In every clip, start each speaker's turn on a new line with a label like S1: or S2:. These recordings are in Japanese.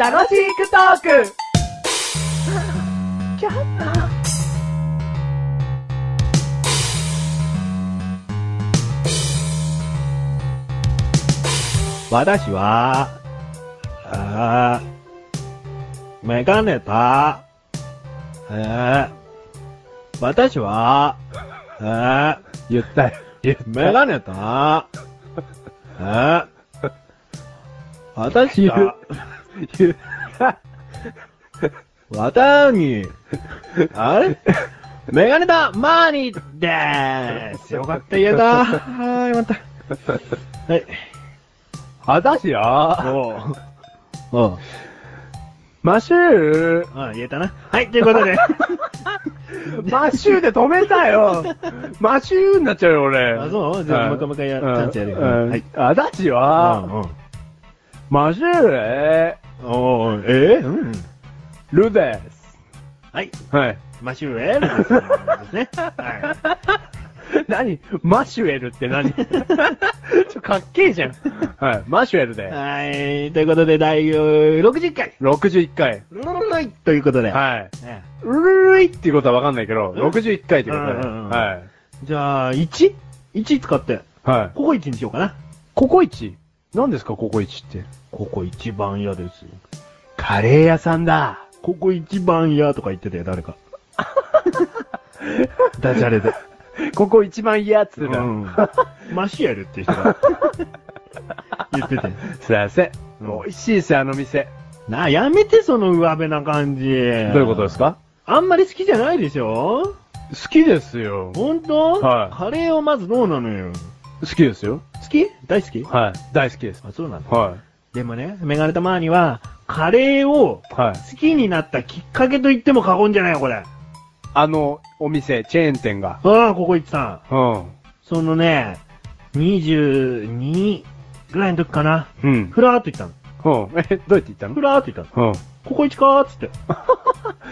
S1: 楽しくトーク
S2: 私は、あーメガネだ。えー、私は、えー、
S3: 言ったよ。言った
S2: メガネだ。えー、私
S3: 言う
S2: は、。
S3: 言う。
S2: わたに、あれメガネだ、マーニーでーす。よかった、言えた。はーい、また。はい。
S3: 私よ。
S2: おう。おう。
S3: マシュー。
S2: あ、言えたな。はい、ということ で。
S3: マシューで止めたよ。 マシューになっちゃうよ、俺。
S2: あそうじゃあ
S3: ん
S2: もう一回もう一回や
S3: ん
S2: チャンスやるよ
S3: うん
S2: はい
S3: 私
S2: う
S3: は、
S2: ん
S3: マシュー、
S2: うん。おう、えー、うん。
S3: ルです。
S2: はい。
S3: はい。
S2: マシュエルですね。は
S3: 何マシュエルっ て何 ちょっとかっけえじゃん。はい。マシュエル
S2: い。
S3: で。
S2: はい。ということで、第60回。
S3: 61回。
S2: ルルルイということで。
S3: はい。
S2: ね
S3: うるるいっていうことはわかんないけど、
S2: うん
S3: 61回ってことだね
S2: うんうんうん
S3: はい。
S2: じゃあ、1?1 使って、
S3: はい。
S2: ココイチにしようかな。
S3: ココイチ何ですか、ココイチって。
S2: ここ一番嫌ですよ。
S3: カレー屋さんだ。
S2: ここ一番嫌とか言ってたよ、誰 か。ダジャレで。
S3: ここ一番嫌っつってた。
S2: うんマシュエルって人が言ってて。
S3: すいません。
S2: うん
S3: 美味しいですよ、あの店。
S2: な、やめて、その上辺な感じ。どう
S3: ど
S2: いう
S3: いうことですか
S2: あんまり好きじゃないでしょ
S3: 好きですよ。
S2: ほんと
S3: はい
S2: カレーをまずどうなのよ。
S3: 好きですよ。
S2: 好き大好き
S3: はい。大好きです。
S2: あ、そうなんだ。
S3: は
S2: でもね、メガネたまーには、カレーを
S3: い。はい。
S2: 好きになったきっかけと言っても過言じゃないよ、これ。
S3: あの、お店、チェーン店が。
S2: ああ、ここ行ってた。
S3: うん。
S2: そのね、22ぐらいの時かな。
S3: うん。
S2: ふらーっと行ったの。
S3: うん。え、どうやって行った
S2: ふ
S3: の
S2: らーっと行ったの。
S3: うん。
S2: ここ行ちかーっつっ て。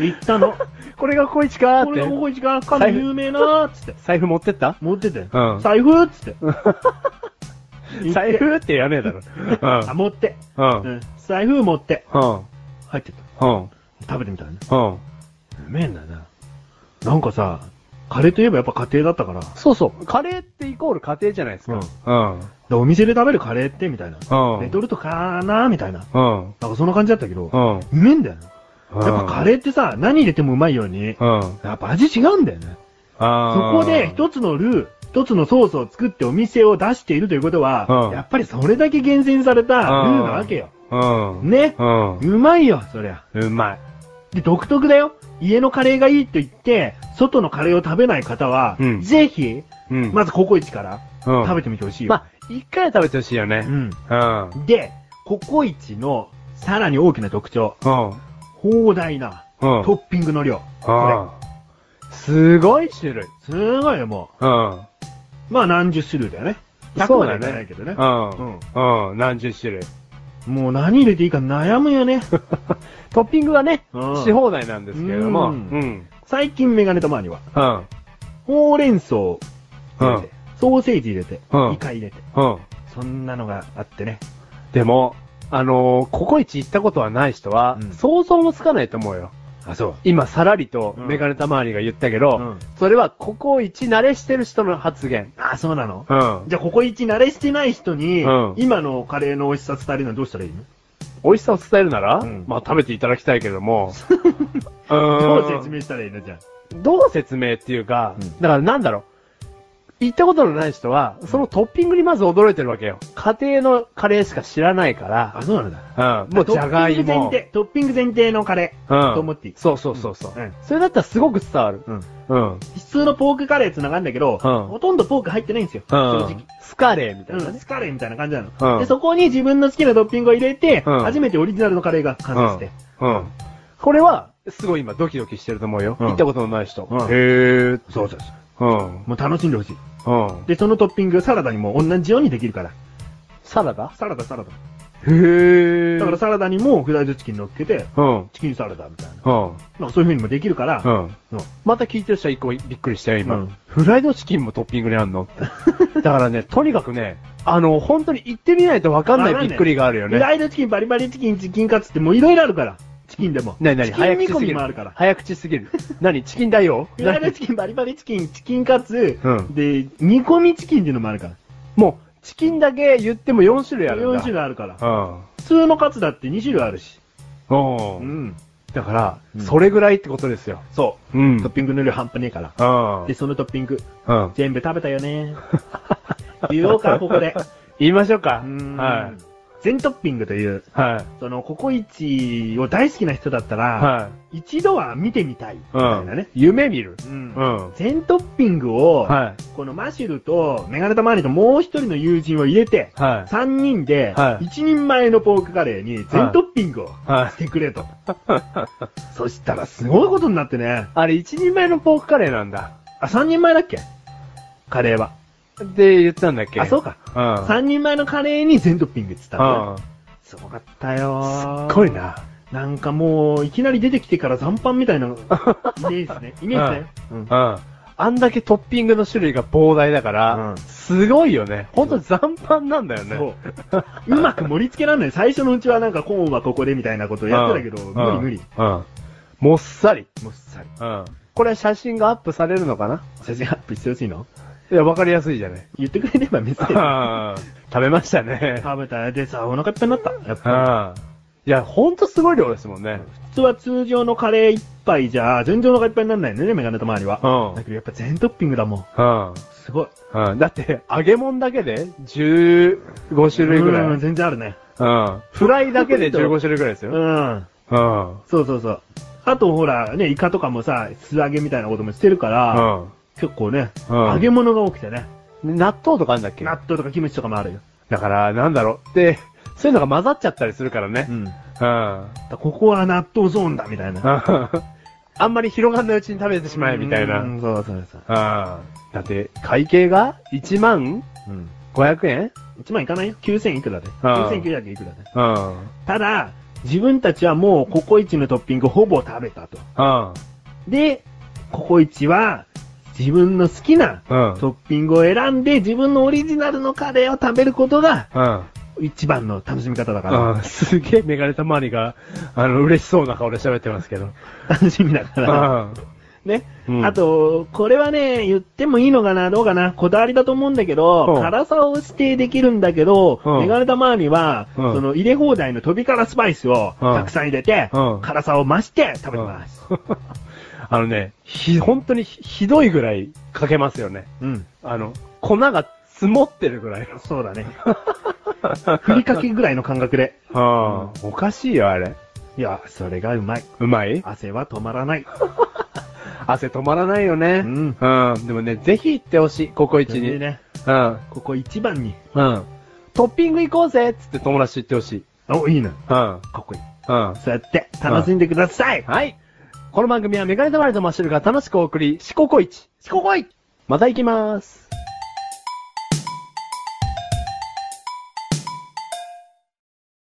S2: 行ったの。
S3: これがココイチか
S2: これがここ行ちかーかの有名なーっつって。
S3: 財布持ってった
S2: 持ってて。
S3: うん
S2: 財布っつって。行って
S3: 財布ってやねえだろ。
S2: あ、持って。
S3: うん。う。
S2: うんん。財布持って。
S3: うん。
S2: 入ってった。
S3: うん。
S2: 食べてみたらね。
S3: うん。
S2: うめえんだよな。なんかさ、カレーといえばやっぱ家庭だったから。
S3: そうそう。カレーってイコール家庭じゃないですか。うん。
S2: で、お店で食べるカレーってみたいな。
S3: うん。
S2: レトルトかなみたいな。
S3: うん。
S2: なんかそんな感じだったけど、う
S3: うん。
S2: めえんだよな。
S3: や
S2: やっぱカレーってさ、何入れてもうまいように、
S3: ーうん。
S2: やっぱ味違うんだよね。そ
S3: あー
S2: こで一つのルー、一つのソースを作ってお店を出しているということは
S3: う、ん
S2: やっぱりそれだけ厳選されたルーなわけよ。
S3: うん。
S2: ね。
S3: う
S2: うまいよ、そりゃ。
S3: ん。うまい。
S2: で、独特だよ。家のカレーがいいと言って、外のカレーを食べない方は、
S3: うん
S2: ぜひ、
S3: うん。
S2: まずココイチから
S3: うん
S2: 食べてみてほしいよ。
S3: まあ、一回は食べてほしいよね。
S2: うん。
S3: うん。
S2: で、ココイチのさらに大きな特徴、
S3: うん。
S2: 放題な
S3: うん。
S2: トッピングの量。
S3: うん。すごい種類。
S2: これすごいよ、も
S3: うん。
S2: う。まあ何十種類だよね。100まではいかないけどね。
S3: うん。うん。何十種類。
S2: もう何入れていいか悩む よね。
S3: トッピングはね、
S2: うん
S3: し放題なんですけれども。
S2: う
S3: うんん。
S2: 最近メガネたまには、
S3: うん。
S2: ほうれん草入れて、
S3: う
S2: ソーセージ入れて、
S3: うん
S2: イカ入れて、
S3: うん。
S2: そんなのがあってね。
S3: でも、あのーココイチ行ったことはない人は、
S2: うん
S3: 想像もつかないと思うよ。
S2: あ、そう。
S3: 今、さらりと
S2: うん
S3: メガネたまわりが言ったけど、
S2: うん
S3: それはココイチ慣れしてる人の発言。
S2: あ、そうなの
S3: うん。
S2: じゃあ、ここ一慣れしてない人に、
S3: うん
S2: 今のカレーの美味しさ伝えるのはどうしたらいいの
S3: 美味しさを伝えるなら、
S2: うん
S3: まあ食べていただきたいけれど も、うーん
S2: どう説明したらいいのじゃ
S3: どう説明っていうか、
S2: うん
S3: だからなんだろう。行ったことのない人は、そのトッピングにまず驚いてるわけよ。家庭のカレーしか知らない
S2: あ。
S3: か
S2: あ、そうなんだ。
S3: ら、うん。もうじゃがいも。
S2: トッピング前提、トッピング前提のカレ
S3: う
S2: ー
S3: ん。
S2: と思っていい。
S3: そうそうそうそう、
S2: うん
S3: それだったらすごく伝わる。
S2: うん
S3: うん。
S2: 普通のポークカレーつながるんだけど、
S3: うん
S2: ほとんどポーク入ってないんですよ。正直。
S3: スカレーみたいな
S2: うん、
S3: ね。
S2: スカレーみたいな感じなの、
S3: うん
S2: で、そこに自分の好きなトッピングを入れて、
S3: うん
S2: 初めてオリジナルのカレーが完成して。
S3: うん。これは、すごい今ドキドキしてると思うよ。
S2: うん
S3: 行ったことのない人。
S2: うん
S3: へー。
S2: そうそうそう。
S3: うん。
S2: もう楽しんでほしい。
S3: うん。
S2: で、そのトッピング、サラダにも同じようにできるから。
S3: サラダ
S2: サラダ、サラダ。
S3: へえ。
S2: だから、サラダにもフライドチキン乗っけて、
S3: うん。うん。
S2: チキンサラダみたいな。なんかそういう風にもできるから、
S3: うん。
S2: うん
S3: また聞いてる人は一個びっくりしたよ、今。
S2: うん
S3: フライドチキンもトッピングにあんのだからね、とにかくね、あの、本当に行ってみないとわかんないびっくりがあるよ
S2: フ
S3: ね。
S2: ライドチキン、バリバリチキン、チキンカツってもういろいろあるから。チキンでも。
S3: なになに
S2: チキン
S3: 早
S2: 煮
S3: 口す
S2: 込
S3: ぎ
S2: み
S3: る
S2: もあるから。。
S3: 早口すぎる。なにチキンだよ
S2: フライドチキン、バリバリチキン、チキンカツ、
S3: うん
S2: で、煮込みチキンっていうのもあるから。
S3: もう、チキンだけ言っても4種類あるんだ。
S2: 4種類あるから。
S3: 類。
S2: 普通のカツだって2種類あるし。
S3: うん。
S2: う
S3: うん。
S2: ん。
S3: だから、
S2: うん
S3: それぐらいってことですよ。
S2: そうう。
S3: ん
S2: トッピングの量半端ねえから。
S3: うん
S2: で、。そのトッピング、
S3: うん。
S2: 全部食べたよね。言おうか、ここ で。
S3: 言いましょうか。
S2: うん
S3: はい。
S2: 全トッピングという、
S3: はい。
S2: その、ココイチを大好きな人だったら、
S3: は
S2: 一度は見てみたい。み
S3: い。う
S2: たいなんね。。
S3: 夢見る。
S2: うん
S3: うん。
S2: 全トッピングを、
S3: は
S2: このマシュルとメガネタマーニともう一人の友人を入れて、
S3: い。はい。
S2: 3人で、
S3: はい
S2: 1人前のポークカレーに全トッピングを
S3: はい
S2: し。てくれと。そしたらすごいことになってね。
S3: あれ、一人前のポークカレーなんだ。
S2: あ、3人前だっけカレーは。
S3: で、言ったんだっけ
S2: あ、そう
S3: か。
S2: か。
S3: うん。
S2: 3人前のカレーに全トッピングって言ったのね
S3: うん。す
S2: すごかったよー
S3: っごい。な。
S2: なんかもう、いきなり出てきてから残飯みたい なイメージね。イメージね。うん
S3: うん。あんだけトッピングの種類が膨大だから、
S2: うん
S3: すごいよね。ほんと残飯なんだよね。
S2: そう。うまく盛り付けらんない。最初のうちはなんかコーンはここでみたいなことやってたけど、
S3: うん
S2: 無理無理。。
S3: うん。うんもっさり。
S2: もっさり。
S3: うん。これは写真がアップされるのかな
S2: 写真アップしてほしいの
S3: いや、わかりやすい じゃない。
S2: 言ってくれれば見せてよ
S3: 食べましたね。
S2: 食べたらでさ、お腹いっぱいになった。やっ
S3: う
S2: ぱ
S3: ん。いや、ほんとすごい量ですもんね。
S2: り。普通は通常のカレー一杯じゃ、全然お腹いっぱいにならないのね、メガネと周りは。
S3: うん
S2: だけどやっぱ全トッピングだもん。
S3: うん。
S2: すごい。
S3: うん。だって、揚げ物だけで15種類ぐらい。
S2: うん、全然あるね。
S3: うん。フライだけで15種類ぐらいです
S2: う
S3: よ。
S2: ん。
S3: うん。うん。
S2: そうそうそう。あとほら、ね、イカとかもさ、素揚げみたいなこともしてるから、結構ね、
S3: うん
S2: 揚げ物が多くてね、
S3: 納豆とかあんだっけ
S2: 納豆とかキムチとかもあるよ。
S3: だから、なんだろう。で、そういうのが混ざっちゃったりするからね。
S2: うん。
S3: うん。
S2: だここは納豆ゾーンだみたいな。
S3: あんまり広がんないうちに食べてしまえ、みたいな。
S2: う
S3: うん。
S2: んそうそうそう。
S3: だって、会計が1万
S2: うん。
S3: 500円
S2: 1万いかないよ。9000いくらで。
S3: ああ
S2: 9900いくらで。
S3: うん。
S2: ただ、自分たちはもうココイチのトッピングほぼ食べたと。
S3: うん。
S2: で、ココイチは自分の好きな
S3: うん。
S2: トッピングを選んで自分のオリジナルのカレーを食べることが
S3: うん。
S2: 一番の楽しみ方だか
S3: うん。すげえメガネたまわりが、あの、嬉しそうな顔で喋ってますけど。
S2: ら、楽しみだか
S3: う
S2: ら。
S3: ん。
S2: ね。
S3: うん
S2: あと、これはね、言ってもいいのかな、どうかな、こだわりだと思うんだけど
S3: う、ん
S2: 辛さを指定できるんだけど、
S3: うん
S2: メガネたまわりは、
S3: うん
S2: その入れ放題の飛び辛スパイスを
S3: うん
S2: たくさん入れて、
S3: うん
S2: 辛さを増して食べてます。
S3: あのね、ひ、本当にひひどいぐらいかけますよね。
S2: うん。
S3: あの、粉が積もってるぐらいの。
S2: そうだね。ふりかけぐらいの感覚で。
S3: うん。おかしいよ、あれ。
S2: いや、それがうまい。
S3: うまい
S2: 汗は止まらない。
S3: 汗止まらないよね。
S2: うん
S3: うん。でもね、ぜひ行ってほしい、ココイチ
S2: で
S3: に。
S2: ね、
S3: うん。
S2: ここ一番に。
S3: うん。トッピング行こうぜっつって友達と行ってほしい。
S2: お、いいな。
S3: うん。
S2: ここに。
S3: うん。
S2: そうやって楽しんでください。
S3: はい。この番組はメガネたまりとマッシュルが楽しくお送り、シココイチ。シココイまた行きまーす。